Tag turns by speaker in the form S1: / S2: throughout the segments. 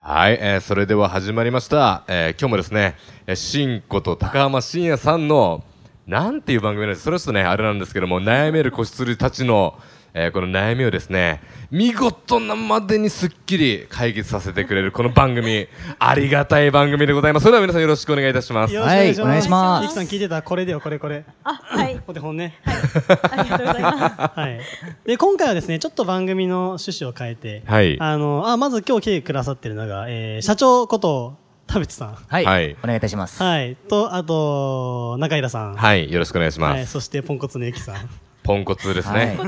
S1: はい、えーそれでは始まりました。えー今日もですね、えー、しんこと高浜信也さんの、なんていう番組なんですそれはちょっとね、あれなんですけども、悩める子羊たちの、えーこの悩みをですね、見事なまでにすっきり解決させてくれるこの番組、ありがたい番組でございます。それでは皆さんよろしくお願いいたします。
S2: よ
S1: は
S2: ろしくお願いします。
S3: はいお願いします
S2: ゆきさん聞いてたこれだよ、これこれ。
S3: あ、はい。
S2: お手本ね。
S3: ありがとうございます。
S2: はい。で、今回はですね、ちょっと番組の趣旨を変えて、
S1: はい
S2: あの、あ、まず今日来てくださってるのが、えー、社長こと、田淵さん。
S3: はい
S1: はい
S3: お願いいたします。
S2: はい。と、あと、中平さん。
S1: はい、よろしくお願いします。
S2: はいそして、ポンコツのゆきさん。
S1: ポンコツですね。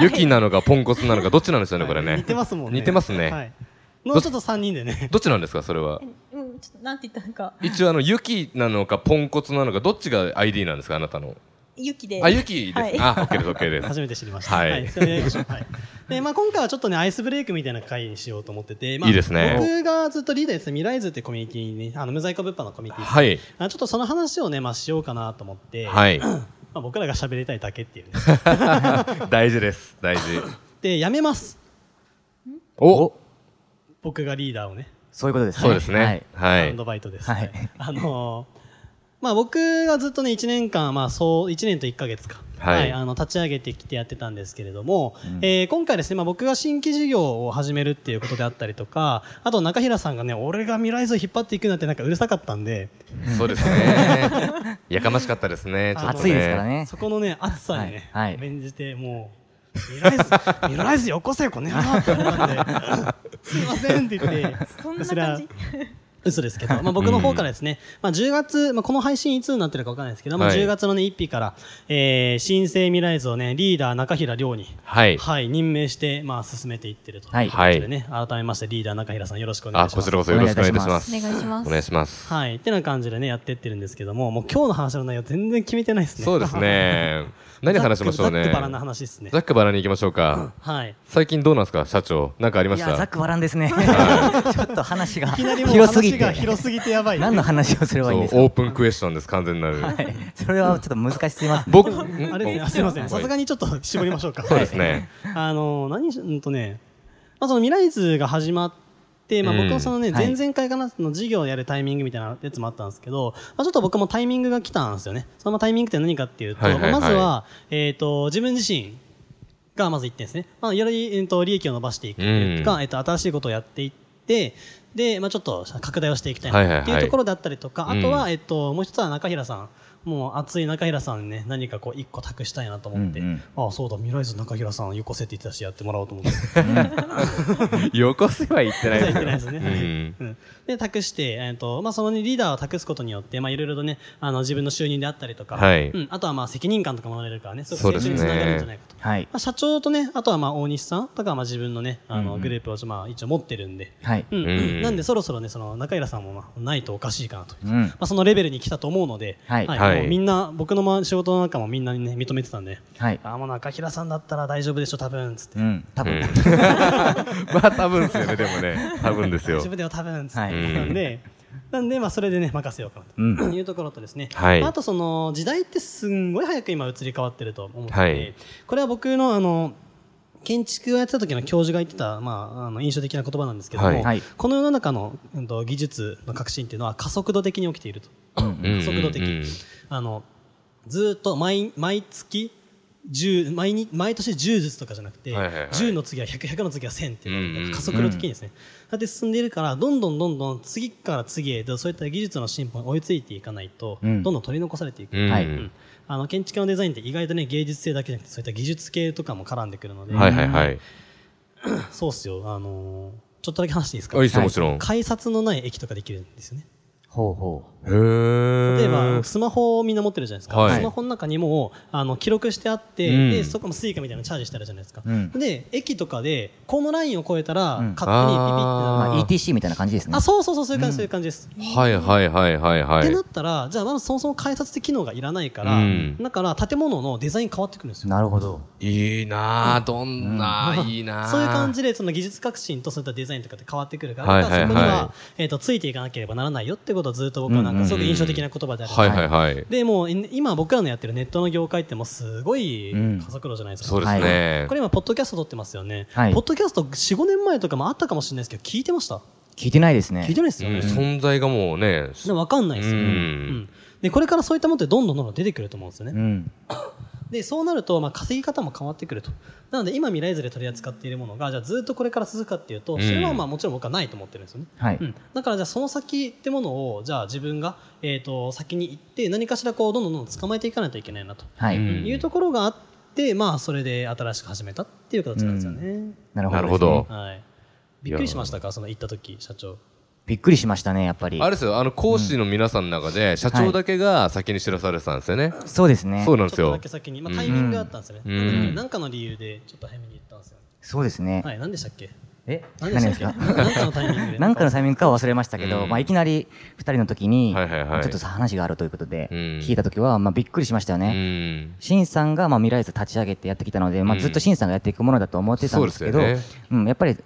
S1: ユキなのかポンコツなのか、どっちなんでしょうね、これね。
S2: 似てますもんね。
S1: 似てますね。
S2: はい。の、ちょっと3人でね。
S1: どっちなんですか、それは。
S3: うん、ちょっとなんて言ったのか、
S1: 一応あのユキなのかポンコツなのかどっちが ID なんですかあなたの
S3: ゆきで。
S1: あユキです、
S3: はい
S1: あオッケーですオッケーです
S2: 初めて知りました。
S1: はい
S2: それでやりましょう。はい。で、まあ今回はちょっとね、アイスブレイクみたいな会にしようと思ってて、まあ、
S1: いいですね
S2: 僕がずっとリーダーですね、未来図ってコミュニティに、あの、無在庫物販のコミュニティですね
S1: はい
S2: あちょっとその話をね、まあ、しようかなと思って、
S1: はい
S2: まあ、僕らが喋りたいだけっていうね。
S1: 大事です大事
S2: で、やめます。
S1: お
S2: 僕がリーダーをね、
S3: そういうことですね。
S1: そうです
S3: は
S1: ね
S3: い。
S1: は
S2: ハン
S1: い
S2: ドバイトです。
S3: はい。
S2: あのーまあ、僕がずっとね、1年間、まあ、そう、1年と1ヶ月か。
S1: はい
S2: あの、立ち上げてきてやってたんですけれども、えー今回ですね、まあ、僕が新規事業を始めるっていうことであったりとか、あと中平さんがね、俺が未来図を引っ張っていくなんてなんかうるさかったんで、
S1: そうですねやかましかったですねちょっとね
S3: 暑いですからね。
S2: そこのね、暑さにね、
S3: はいはい
S2: 免じて、もう、未 来図、未来図よこせよ、この野郎って思ったんで、 すいませんって言って、
S3: そんな
S2: それは
S3: 感じ。
S2: 嘘ですけど、まあ、僕の方からですね、まあ、10月、まあ、この配信いつになってるかわからないですけど、まあ、
S1: はい
S2: 10月の、ね、1日から、えー、新生未来図をね、リーダー中平亮に、
S1: はい
S2: はい、任命して、まあ、進めていってると。
S3: はい
S2: とうことでね、改めましてリーダー中平さんよろしくお願
S1: あ
S2: いし
S1: こ
S2: ます。
S1: ちらこそよろしくお願いいたしま
S3: お
S1: す
S3: 願いします
S1: お願いします
S2: はい、ってな感じでね、やってってるんですけども、もう今日の話の内容全然決めてないですね。
S1: そう です。ね何話しましょうね
S2: ざっくばらんな話ですね
S1: ざ。っくばらんに行きましょうか
S2: はい。
S1: 最近どうなんですか社長なんかありま
S3: い
S1: し
S3: や、ざったくばらんですね。 ちょっと話が
S2: いきなりもう
S3: 広すぎ
S2: 話
S3: て
S2: が。広すぎてやばい。
S3: 何の話をすれば
S1: そ
S3: い
S1: オ
S3: いうんですか
S1: ープンクエスチョンです完全なる
S3: はい。それはちょっと難しすぎますね。
S1: 僕
S2: あれですねあ、すいません。さすが
S1: に
S2: にちょっと絞りましょうか。
S1: そうですね
S2: あの、何し、うんとね、まあ、その未来図が始まって、まあ、
S1: うん
S2: 僕はそのね、
S3: はい
S2: 前々回かな、その事業をやるタイミングみたいなやつもあったんですけど、まあ、ちょっと僕もタイミングが来たんですよね。そのタイミングって何かっていうと、
S1: はいはいはい
S2: まあまずは、えっ、と、自分自身がまず一点ですね。まあ、より、えっ、と、利益を伸ばしていくというか、
S1: うん
S2: えっ、と、新しいことをやっていって、で、まあ、ちょっと拡大をしていきたいなっていうところだったりとか、
S1: はいはいはい
S2: あとは、
S1: う
S2: えっ、と、もう一つは中平さん。もう熱い中平さんにね、何かこう一個託したいなと思って、
S3: うんうん
S2: ああ、そうだ、未来図の中平さん、よこせって言ってたし、やってもらおうと思って。
S1: よこせは言ってない
S2: 言ってないですね。
S1: うん
S2: うんで、託して、えっと、まあ、そのねリーダーを託すことによって、まあ、いろいろとね、あの、自分の収入であったりとか、
S1: はい
S2: うん、あとはまあ、責任感とかもらえるからね、す
S1: そ
S2: ご
S1: うで
S2: く
S1: す
S2: 成長
S1: ね
S2: につながるんじゃないかと。
S3: はい。
S2: まあ、社長とね、あとはまあ、大西さんとかはまあ、自分のね、あ
S3: うん
S2: の、
S3: うん
S2: グループをまあ、一応持ってるんで、
S3: はい。
S2: うん、う
S1: うん
S2: ん。なんで、そろそろね、その、中平さんもまあ、ないとおかしいかなというう。ま
S3: ん。
S2: あ、そのレベルに来たと思うので、
S3: はい
S1: はい
S2: もうみんな、僕のまあ仕事の中もみんなにね、認めてたんで、
S3: はい。
S2: あ、もう中平さんだったら大丈夫でしょ、多分、つって
S3: う。ん。多分。
S1: まあ多分ですよね、でもね。多分ですよ
S2: 大。丈夫だよ多分つって
S3: はい
S2: なんで、なんでまあそれでね任せようかなというところとですね、
S1: はい
S2: まああとその時代ってすんごい早く今移り変わってると思ってて、
S1: はい
S2: これは僕のあの建築をやってた時の教授が言ってた、まあ、あの印象的な言葉なんですけども、
S1: はい
S3: はい
S2: この世の中の、うんと、技術の革新っていうのは加速度的に起きていると。
S1: うん
S2: 速度的
S1: うん
S2: あのずーっと毎毎月10毎日毎年10ずつとかじゃなくて、
S1: はいはいはい
S2: 10の次は100、100の次は1000っていうのが、
S1: うんうん
S2: 加速度的にですね、だって進んでいるから、どんどんどんどん次から次へと、そういった技術の進歩に追いついていかないと、
S3: うん
S2: どんどん取り残されていく、
S1: うん
S3: はい
S2: うんあの建築家のデザインって意外とね芸術性だけじゃなくて、そういった技術系とかも絡んでくるので、
S1: はいはいはい。
S2: そうっすよ、あのーちょっとだけ話していいですか
S1: あ、いいっすよもちろん。
S2: 改札のない駅とかできるんですよね。
S3: ほうほ
S1: へえ。
S2: 例えばスマホをみんな持ってるじゃないですか、
S1: はい
S2: スマホの中にもあの記録してあって、
S1: うん
S2: でそこもスイカみたいなのチャージしてあるじゃないですか、
S3: うん
S2: で駅とかでこのラインを越えたら、
S3: う
S2: 勝手に
S3: ん
S2: ピピって
S3: う。
S2: な
S1: あ
S2: る
S3: まあ、ETC みたいな感じですね
S2: あ。そうそうそうそういう感じ、そういう感じです、
S1: はいはいはいはいは
S2: っ
S1: い
S2: てな。ったらじゃあまずそもそも改札って機能がいらないから、
S1: うん
S2: だから建物のデザイン変わってくるんですよ
S3: なるほど。
S1: いいなあ、どんなあ、いいなあ。
S2: そういう感じでその技術革新とそういったデザインとかって変わってくるから、
S1: はいはいはい
S2: だからそこには、えー、とついていかなければならないよってことをずっと僕はなん
S3: うんう
S2: か
S3: んうん
S2: すごく印象的な言葉であるんです
S1: はいはいはい。
S2: でもうい今僕らのやってるネットの業界ってもうすごい
S3: うん
S2: 加速度じゃないですか、
S1: そうですね
S2: こ。れ今ポッドキャスト撮ってますよね、
S3: はい
S2: ポッドキャスト45年前とかもあったかもしれないですけど聞いてました
S3: 聞いてないですね。
S2: 聞いてないです
S1: う
S2: よ
S1: ん
S2: ね、
S1: 存在がもうね、
S2: でも分かんないですよね、
S1: うん
S2: うんでこれからそういったものってどんどんどんどん出てくると思うんですよね、
S3: うん。
S2: でそうなると、まあ、稼ぎ方も変わってくるとなので今未来図で取り扱っているものがじゃあずっとこれから続くかっていうと
S1: う
S2: そ
S1: ん
S2: れはまあもちろん僕はないと思ってるんですよね、
S3: はい。
S2: うん、だからじゃあその先ってものをじゃあ自分が、えー、と先に行って何かしらこうどんどんどんどん捕まえていかないといけないなと
S3: は
S1: う
S3: い。
S1: ん
S2: いうところがあって、まあ、それで新しく始めたっていう形なんですよね。
S3: なるほど。
S1: なるほど。
S2: はい。びっくりしましたか、その行った時、社長。
S3: びっくりしましたね、やっぱり
S1: あ。れですよ、あの、講師の皆さんの中で、社長だけが先に知らされてたんですよね。
S3: そうですね
S1: そ。うなん
S2: ちょっ
S1: です
S2: とだ
S1: よ
S2: け。先に、まあ、タイミングがあったんですよね。
S1: うん
S2: なんだっ
S1: う
S2: け
S1: ん
S2: なんかの理由で、ちょっと早めに行ったんですよ。
S3: そうですね。
S2: はい、何でしたっけ。
S3: え
S2: 何
S3: 何
S2: で
S3: で
S2: し
S3: す
S2: たっ
S3: か
S2: け。なんかのタイミングで。
S3: なんかのタイミングかは忘れましたけど、
S1: うん
S3: まあ、いきなり2人の時に、
S1: はいはいはい
S3: ちょっと話があるということで、
S1: うん
S3: 聞いた時は、まあ、びっくりしましたよ
S1: う
S3: ね。
S1: ん。
S3: シンさんが、まあ、未来図立ち上げてやってきたので、ま
S1: う
S3: あ、
S1: ん
S3: ずっとシンさんがやっていくものだと思ってたんですけど、
S1: そううです
S3: ん、やっぱり、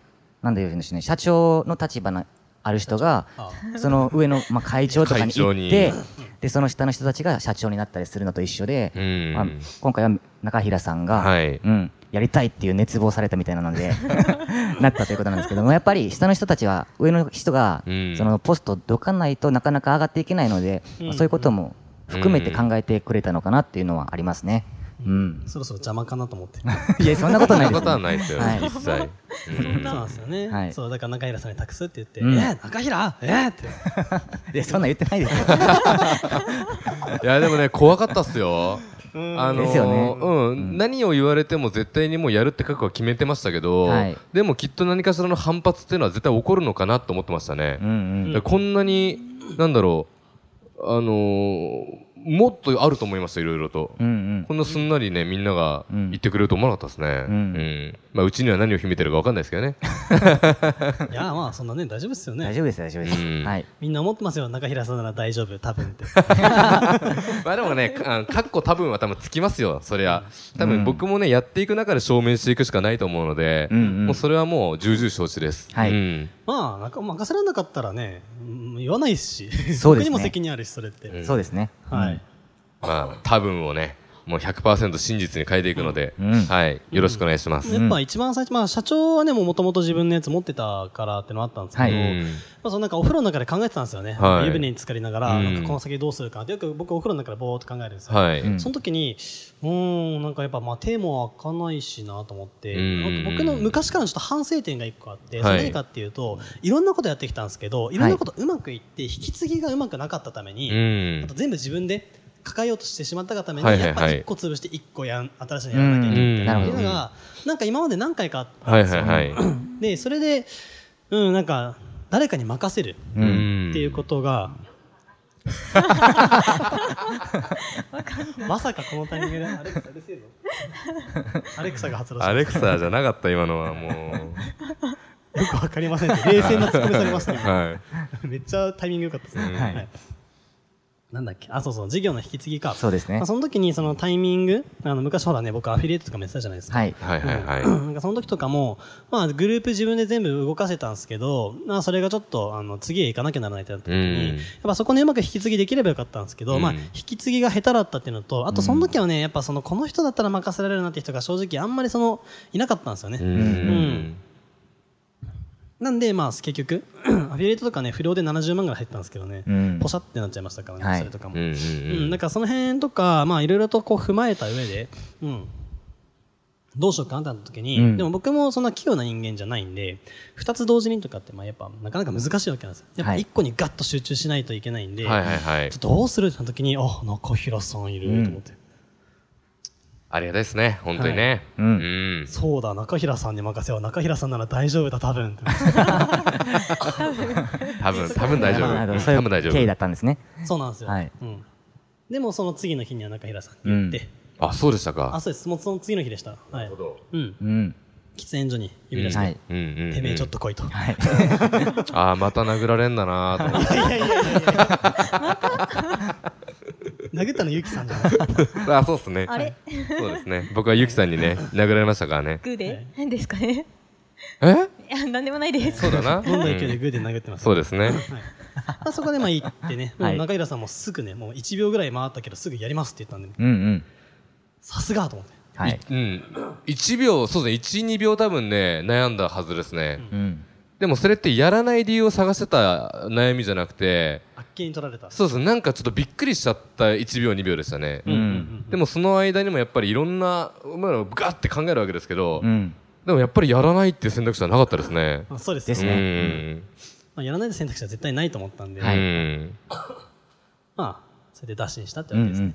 S3: なんだよね、社長の立場のある人が、
S2: あ
S3: その上の、まあ、会長とかに行っ
S1: 会
S3: て
S1: 長、
S3: で、その下の人たちが社長になったりするのと一緒で、
S1: うん
S3: まあ今回は中平さんが、
S1: はい
S3: うん、やりたいっていう熱望されたみたいなので、 なったということなんですけども、やっぱり下の人たちは、上の人が、
S1: うん
S3: そのポストどかないとなかなか上がっていけないので、
S2: うん
S3: まあそういうことも含めて考えてくれたのかなっていうのはありますね。うん。
S2: そろそろ邪魔かなと思って。
S3: いや、そんなこと
S1: そん
S3: な
S1: な
S3: いで
S1: こ
S3: す、
S1: とはないですよ
S3: は、い
S1: 一切。
S2: そうなんですよね。
S3: はい
S2: そう、だから中平さんに託すって言って、
S3: うん
S2: えー、中平えー、って。
S3: いや、そんなん言ってないですよ。
S1: いや、でもね、怖かったっすよ。あの
S3: ですよね
S1: うん、何を言われても絶対にもうやるって覚悟は決めてましたけど、
S3: はい
S1: でもきっと何かしらの反発っていうのは絶対起こるのかなと思ってましたね
S3: う。んうん。
S1: だからこんなに、なんだろう、あのーもっとあると思いました、いろいろと。
S3: うんうん。
S1: こんなすんなりね、みんなが
S3: うん
S1: 言ってくれると思わなかったですね。う
S3: うんん。
S1: まあ、うちには何を秘めてるかわかんないですけどね。
S2: いや、まあ、そんなね、大丈夫ですよ
S3: 大
S2: ね。
S3: 丈夫ですよ、大丈夫で
S1: うん
S3: す。はい。
S2: みんな思ってますよ、中平さんなら大丈夫、多分って。
S1: まあでもね、かあのかっこ多分は多分つきますよ、そりゃ。多分僕もね、やっていく中で証明していくしかないと思うので、
S3: うんうん
S1: もうそれはもう重々承知です。
S3: はい
S1: うん
S2: まあ、なんか任せられなかったらね、うん言わないし、
S3: そうで
S2: 僕
S3: すね
S2: にも責任あるし、それって。
S1: ん
S3: そうですね。
S2: はい。
S1: まあ、多分をね、もう100%真実に変えていくので、
S3: うん
S1: はい、よろしくお願いします。
S2: やっぱ一番最初、まあ社長はね、もともと自分のやつ持ってたからってのあったんですけ
S1: う
S2: ど、
S3: はい
S1: ん
S2: まあそのなんかお風呂の中で考えてたんですよね。
S1: はい
S2: 湯船に浸かりながら、
S1: うん
S2: なんかこの先どうするかなって、よく僕お風呂の中でぼーっと考えるんですよ。
S1: はい。
S3: うん
S2: その時に、うーん、なんかやっぱまあ手も開かないしなと思って、
S1: うん
S2: なんか僕の昔からのちょっと反省点が一個あって、
S1: はい
S2: それ何かっていうと、いろんなことやってきたんですけど、いろんなことうまくいって、引き継ぎがうまくなかったために、
S1: うん
S2: あと全部自分で抱えようとしてしまったがために、
S1: はいはいはい
S2: やっぱ一個潰して一個やん新しいのやらなきゃいけないみたいなっていうのが、なんか今まで何回かあったん
S1: はい
S2: です
S1: は
S2: よ。
S1: いはい。っ
S2: で、それで、うん、なんか、誰かに任せるっていうことが、 まさかこのタイミングで、アレクサうるせえぞ。アレクサが発露し
S1: ア
S2: ま
S1: レクサじゃなかった、今のはも
S2: すよくわかりませ んって冷静な突っ込みされまし
S1: う。
S2: たよ
S1: は
S2: めっちゃタイミング良かったですね。
S3: はい
S2: はいなんだっけあ、そうそう、事業の引き継ぎか。
S3: そうですね
S2: まあ、その時にそのタイミング、あの昔ほらね、僕アフィリエイトとかもやってたじゃないですか。
S3: はい。
S1: い。はいはいはい。
S2: なんかその時とかも、まあ、グループ自分で全部動かせたんですけど、まあ、それがちょっとあの次へ行かなきゃならないってなった時に、
S1: うん
S2: やっぱそこにうまく引き継ぎできればよかったんですけど、
S1: うん
S2: まあ、引き継ぎが下手だったっていうのとあとその時はねやっぱそのこの人だったら任せられるなって人が正直あんまりそのいなかったんですよね。
S1: うん。
S2: なんで、まあ、結局 アフィリエイトとかね不良で70万ぐらい入ったんですけどね、
S3: うん
S2: ポシャってなっちゃいましたからね、
S3: はい
S2: それとかも。
S1: うんうんう
S2: うん、
S1: ん
S2: だからその辺とか、まあ、いろいろとこう踏まえた上で、うん、どうしようかなってなった時に、
S3: うん
S2: でも僕もそんな器用な人間じゃないんで、二つ同時にとかって、まあ、やっぱ、なかなか難しいわけなんですよ。やっぱ
S3: はい
S2: 一個にガッと集中しないといけないんで、
S1: はいはいはい
S2: ちょっ。とどうするってなった時に、あ、中平さんいると思って。
S1: ありがたいですね、本当にね。
S3: はいう
S1: うんん。
S2: そうだ、中平さんに任せよう。中平さんなら大丈夫だ、多分。
S1: 多分、多分大丈夫。
S3: なる
S1: うん
S3: ほどそう
S1: 多分
S3: い
S1: 大
S3: う
S1: 丈
S3: 経緯
S1: 夫。
S3: だったんですね。
S2: そうなんですよ。
S3: はい
S2: うんでも、その次の日には中平さんに言って、
S1: あ、そうでした
S2: あ、
S1: か。
S2: そうです。もうその次の日でした。はい。うん。
S3: うん。
S2: 喫煙所に呼び
S1: う
S2: 出
S1: ん
S2: し
S3: は
S2: て、
S3: い
S1: うんうんうん
S2: てめえちょっと来いと。い
S3: はい。
S1: あーまた殴られんだな ーと思って
S2: やいやいやいや。殴ったのゆきさんじゃないですか。
S1: あ、そうっすね。
S4: あれ
S1: そうですね。僕はゆきさんにね、殴られましたからね。
S4: グーで、ですかね。
S1: え
S4: いや、なんでもないです。
S1: そうだな。
S2: どんな勢いで
S1: うん
S2: グーで殴ってます。
S1: そうですね。
S2: はいまあ、そこでまあ行っ てね、
S3: はい
S2: もう中平さんもすぐね、もう1秒ぐらい回ったけど、すぐやりますって言ったんで、
S3: うんうん。
S2: さすがと思って。
S3: はい。
S1: うん。1秒、そうですね。1、2秒多分ね、悩んだはずですね。
S3: うん。
S1: でもそれってやらない理由を探してた悩みじゃなくて、
S2: あっけに取られた。
S1: そうですね。なんかちょっとびっくりしちゃった1秒、2秒でしたね。
S3: ん
S1: でもその間にもやっぱりいろんな、まあ、ガッて考えるわけですけど、
S3: うん。
S1: でもやっぱりやらないっていう選択肢はなかったですね。
S2: まあ、そうです
S3: ですね
S1: うん
S2: まあ、やらないで選択肢は絶対ないと思ったんで、
S3: はい
S1: うん
S2: まあ、それで打診したって
S3: う
S2: わ
S3: んう
S2: けですね。
S3: ん。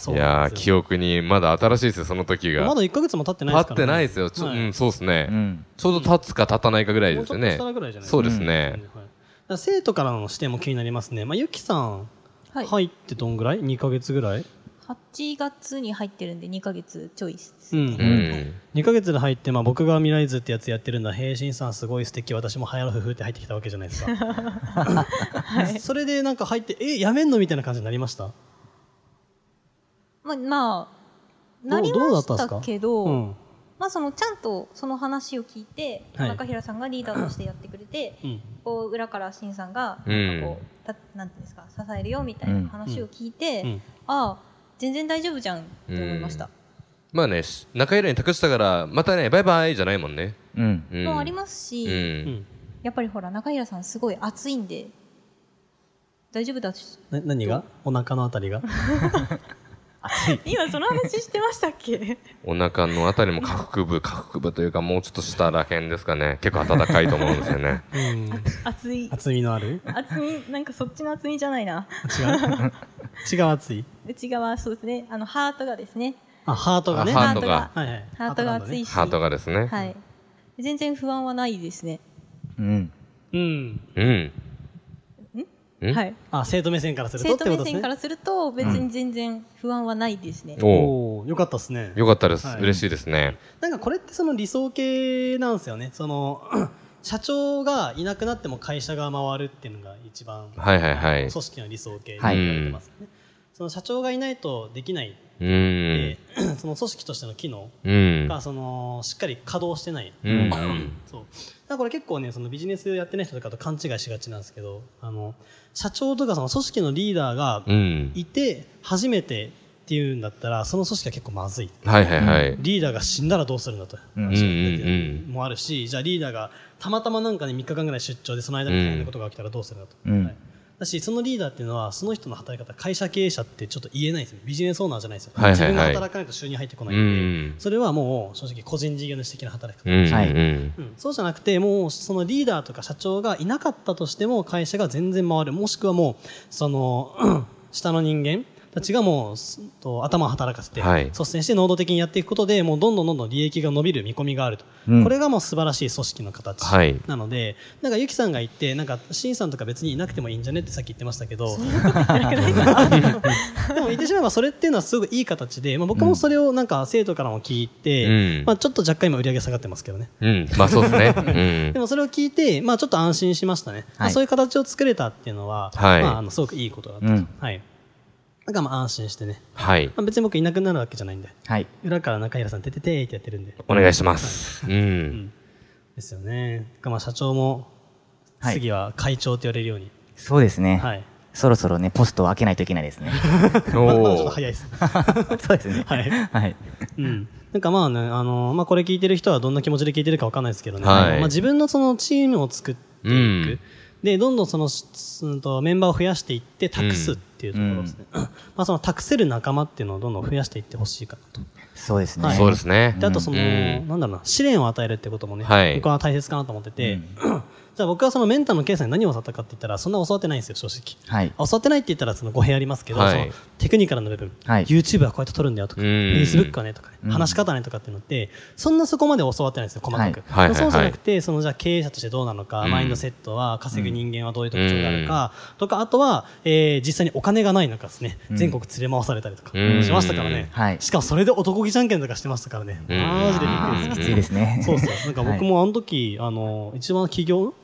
S2: そう
S1: いや
S2: な
S1: ー、
S2: んです
S1: 記
S2: よ
S1: 憶にまだ新しいですよ、その時が。
S2: まだ1ヶ月も経ってないです
S1: 立
S2: か
S1: っ
S2: ら、
S1: てないですよ。ちょ
S2: はい
S1: うん、そうですね、
S3: うん。
S1: ちょうど立つか立たないかぐらいで
S2: もう
S1: す
S2: ち
S1: よ
S2: ょっと
S1: ね
S2: 下。ぐらいじゃないですか。
S1: そうですね。
S2: うんはいだから生徒からの視点も気になりますね。まあ、ゆきさん、
S4: はい。
S2: 入ってどんぐらい ?2 ヶ月ぐらい
S4: 8月に入ってるんで、2ヶ月ちょいっす。
S2: う。
S1: うんん。
S2: 2ヶ月で入って、まあ、僕が未来図ってやつやってるんだ。平身さんすごい素敵。私も流行るふふって入ってきたわけじゃないですか。
S4: はい。
S2: それでなんか入って、え、やめんのみたいな感じになりました
S4: まあ、まあ、
S2: ど
S4: な
S2: う
S4: り
S2: どうだ
S4: ま
S2: っ
S4: した
S2: んす
S4: た
S2: か
S4: けど、
S2: うん。
S4: まあ、その、ちゃんとその話を聞いて、
S2: はい
S4: 中平さんがリーダーとしてやってくれて、
S2: うん。
S4: こう、裏から新さんが、
S1: うん
S4: なんかこう、たなんていうんですか、支えるよみたいな話を聞いて、
S2: うん。
S4: ああ、全然大丈夫じゃんって思いました。
S1: まあね、し中平に託したから、またね、バイバイじゃないもんね。
S3: うん。
S1: うん、
S4: もうありますし、
S1: うん
S2: うん。
S4: やっぱりほら、中平さんすごい熱いんで、大丈夫だし。
S2: な、何がお腹のあたりが
S4: 今その話してましたっ け
S1: お腹のあたりも下腹部、下腹部というかもうちょっと下らへんですかね。結構暖かいと思うんですよね。
S2: うん。
S4: 熱い。
S2: 厚みのある
S4: 厚み、なんかそっちの厚みじゃないな。
S2: 違う違う厚い
S4: 内側、そうですね。あの、ハートがですね。
S2: あ、 ハートがね。
S1: あハートが
S2: はいはい。
S4: ハートが熱いし。
S1: ハートがですね。
S4: はい。全然不安はないですね。
S3: うん。
S2: うん。
S1: うん。ん
S4: はい。
S2: あ、生徒目線からすると
S4: 生
S2: ってこ
S4: 徒目
S2: とです
S4: 線か
S2: ね。
S4: らすると、別に全然不安はないですね。
S1: おお。
S2: おおーよかったですね。
S1: よかったです。
S2: はい
S1: 嬉しいですね。
S2: なんかこれってその理想系なんですよね。その、 社長がいなくなっても会社が回るっていうのが一番、
S1: はいはいはい
S2: 組織の理想形に言われてますよね。その社長がいないとできない
S1: うん
S2: で、その組織としての機能
S1: うん。
S2: が、その、しっかり稼働してない。
S1: うん。うん。
S2: そう。だからこれ結構ね、そのビジネスやってない人とかと勘違いしがちなんですけど、あの、社長とかその組織のリーダーが
S1: うん。
S2: いて、初めてっていうんだったら、その組織は結構まずい。
S1: はいはいはい。
S2: リーダーが死んだらどうするんだと。
S3: うん
S1: うんうん
S2: もあるし、じゃあリーダーがたまたまなんかね、3日間ぐらい出張で、その間に大変なことが起きたらどうするんだと。
S3: うん
S2: はいだし、そのリーダーっていうのは、その人の働き方、会社経営者ってちょっと言えないんですよ。ビジネスオーナーじゃないですよ。
S1: はいはいはい
S2: 自分が働かないと収入入って
S1: う。
S2: こなんい
S1: うんん。
S2: で、それはもう正直個人事業主的な働き
S1: う
S2: 方。
S1: ん。
S3: はい
S1: うん。
S2: うんそうじゃなくて、もうそのリーダーとか社長がいなかったとしても会社が全然回る。もしくはもう、その、 うん下の人間たちがもうすと頭を働かせて、
S1: はい
S2: 率先して能動的にやっていくことで、もうどんどんどんどん利益が伸びる見込みがあると。
S3: うん
S2: これがもう素晴らしい組織の形。
S1: はい
S2: なので、なんかゆきさんが言って、なんか、しんさんとか別にいなくてもいいんじゃねってさっき言ってましたけ ど、でも言ってしまえばそれっていうのはすごくいい形で、まあ、僕もそれをなんか生徒からも聞いて、
S1: うん
S2: まあ、ちょっと若干今売り上げ下がってますけどね。
S1: うん。まあそうですね。
S2: でもそれを聞いて、まあ、ちょっと安心しましたね、まあ
S3: はい
S2: そういう形を作れたっていうのは、
S1: はい
S2: まあ、あのすごくいいことだった、
S3: うん
S2: はい、だからまあ安心してね、
S1: うん。はい。
S2: まあ、別に僕いなくなるわけじゃないんで
S3: はい。
S2: 裏から中平さん出ててーってやってるんで
S1: お願いします。う。
S2: うんんですよねだからまあ社長も
S3: はい
S2: 次は会長って言われるように、
S3: そうですね。
S2: はい
S3: そろそろね、ポストを開けないといけないですね。
S2: まだまだち
S1: お
S2: ょっと
S1: お。
S2: 早いです、
S3: そうですね。
S2: はい
S3: はい。
S2: うん、なんかまあね、あのまあ、これ聞いてる人はどんな気持ちで聞いてるかわかんないですけどね、
S1: はい
S2: あのまあ、自分のそのチームを作って
S1: う
S2: いく
S1: ん。
S2: でどんどんそのしうんとメンバーを増やしていって託すっていうところですね、 まあその託せる仲間っていうのをどんどん増やしていってほしいかなと
S3: そうですね。
S2: はい
S1: そうですね
S2: で。あとその、
S1: うん
S2: なんだろうな試練を与えるってこともね、
S1: はい
S2: 僕は大切かなと思ってて、じじゃあ僕はそのメンタルのケースに何を教わったかって言ったら、そんな教わってないんですよ、正直。
S3: はい。
S2: あ教わってないって言ったらその語弊ありますけど、
S1: はい
S2: そのテクニカルの部分、
S3: はい
S2: YouTube はこうやって撮るんだよとか、
S1: うん
S2: Facebook はねとかね、
S3: うん
S2: 話し方ねとかっていうのって、そんなそこまで教わってないんですよ、細かく。
S1: はいはいはいはい
S2: そうじゃなくて、そのじゃあ経営者としてどうなのか、
S1: うん
S2: マインドセットは稼ぐ人間はどういう特徴があるか、とか、あとは、えー実際にお金がない中ですね、
S3: うん
S2: 全国連れ回されたりとか
S1: うん
S2: しましたからね。
S3: はい。
S2: しかもそれで男気じゃんけんとかしてましたからね。
S1: うん
S2: マジでびっくりです
S3: あーきついですね。
S2: そうそう。なんか僕もあの時、あの、一番企業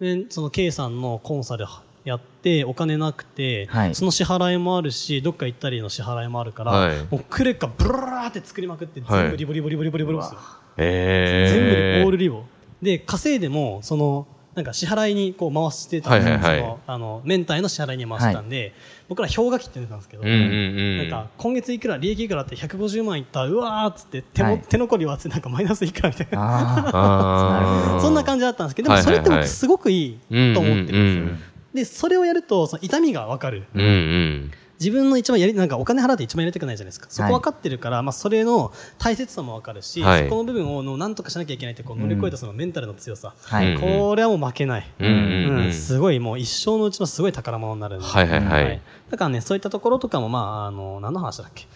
S2: で、その K さんのコンサルやって、お金なくて、
S3: はい
S2: その支払いもあるし、どっか行ったりの支払いもあるから、
S1: はい
S2: もうクレカブラーって作りまくって、
S1: はい
S2: 全部リボリボリボリボリボリですよ。
S1: え
S2: 全部リ
S1: ー
S2: ボールリボ。で、稼いでも、その、なんか支払いにこう回してたんですよ、
S1: はいはいはい
S2: そのあの、明太の支払いに回してたんで、僕ら氷河期って言ってたんですけど、
S1: うんうんうん。
S2: なんか今月いくら利益いくらって150万いったうわーっつって手も、
S3: はい
S2: 手残りはつってなんかマイナスいくらみたいな
S3: あ
S1: あー
S2: そんな感じだったんですけどでもそれって
S1: はいはいは
S2: 僕
S1: い
S2: すごくいいと思ってるんですよでそれをやるとその痛みが分かる
S1: うんうん。
S2: 自分の一番やりなんかお金払って一番やりたくないじゃないですかそこ分かってるから、まあ、それの大切さも分かるし、
S1: はい
S2: そこの部分をのなんとかしなきゃいけないってこう乗り越えたそのメンタルの強さ、
S3: あ。はい。
S1: うん
S2: これはもう負けない、
S1: うんうんうん
S2: うんすごいもう一生のうちのすごい宝物になるんで、
S1: はいはいはい。
S2: だからね、そういったところとかも、まあ、あの、何の話だっ け。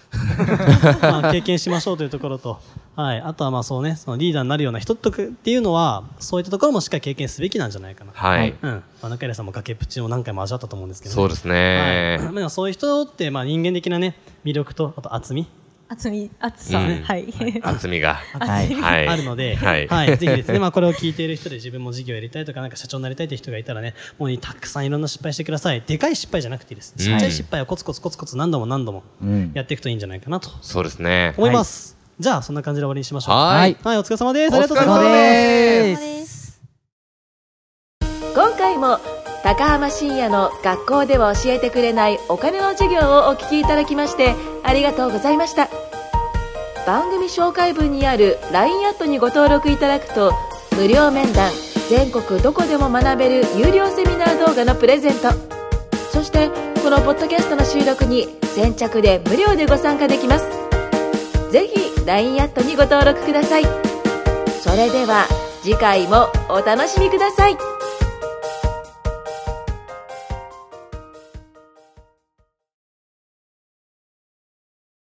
S2: まあ、経験しましょうというところと、はい。あとは、まあ、そうね、そのリーダーになるような人とかっていうのは、そういったところもしっかり経験すべきなんじゃないかな。
S1: はい。
S2: うん。まあ、中平さんも崖っぷちを何回も味わったと思うんですけど、
S1: そうですね
S2: はい。。まあでもそういう人って、まあ、人間的なね、魅力と、あと厚み、
S4: 厚み、厚さ、
S1: うん
S4: はい。
S1: 厚みが。
S3: はい。
S1: はい。
S2: あるので、
S1: は
S2: はいい、ぜひですね、まあ、これを聞いている人で自分も事業やりたいとか、なんか社長になりたいという人がいたらね、もうたくさんいろんな失敗してください。でかい失敗じゃなくていいです。ちっちゃい失敗をコツコツコツコツ何度も何度も
S3: うん
S2: やっていくといいんじゃないかなと
S1: そうですね。
S2: 思います。じゃあ、そんな感じで終わりにしましょう。
S1: はーい。
S2: はい、お疲れ様です。
S1: お
S2: あ
S1: 疲れ様です
S2: りがとうございます。
S4: お疲れ様です。
S5: 今回も高浜深也の学校では教えてくれないお金の授業をお聞きいただきましてありがとうございました番組紹介文にある LINE アットにご登録いただくと無料面談全国どこでも学べる有料セミナー動画のプレゼントそしてこのポッドキャストの収録に先着で無料でご参加できますぜひ LINE アットにご登録くださいそれでは次回もお楽しみください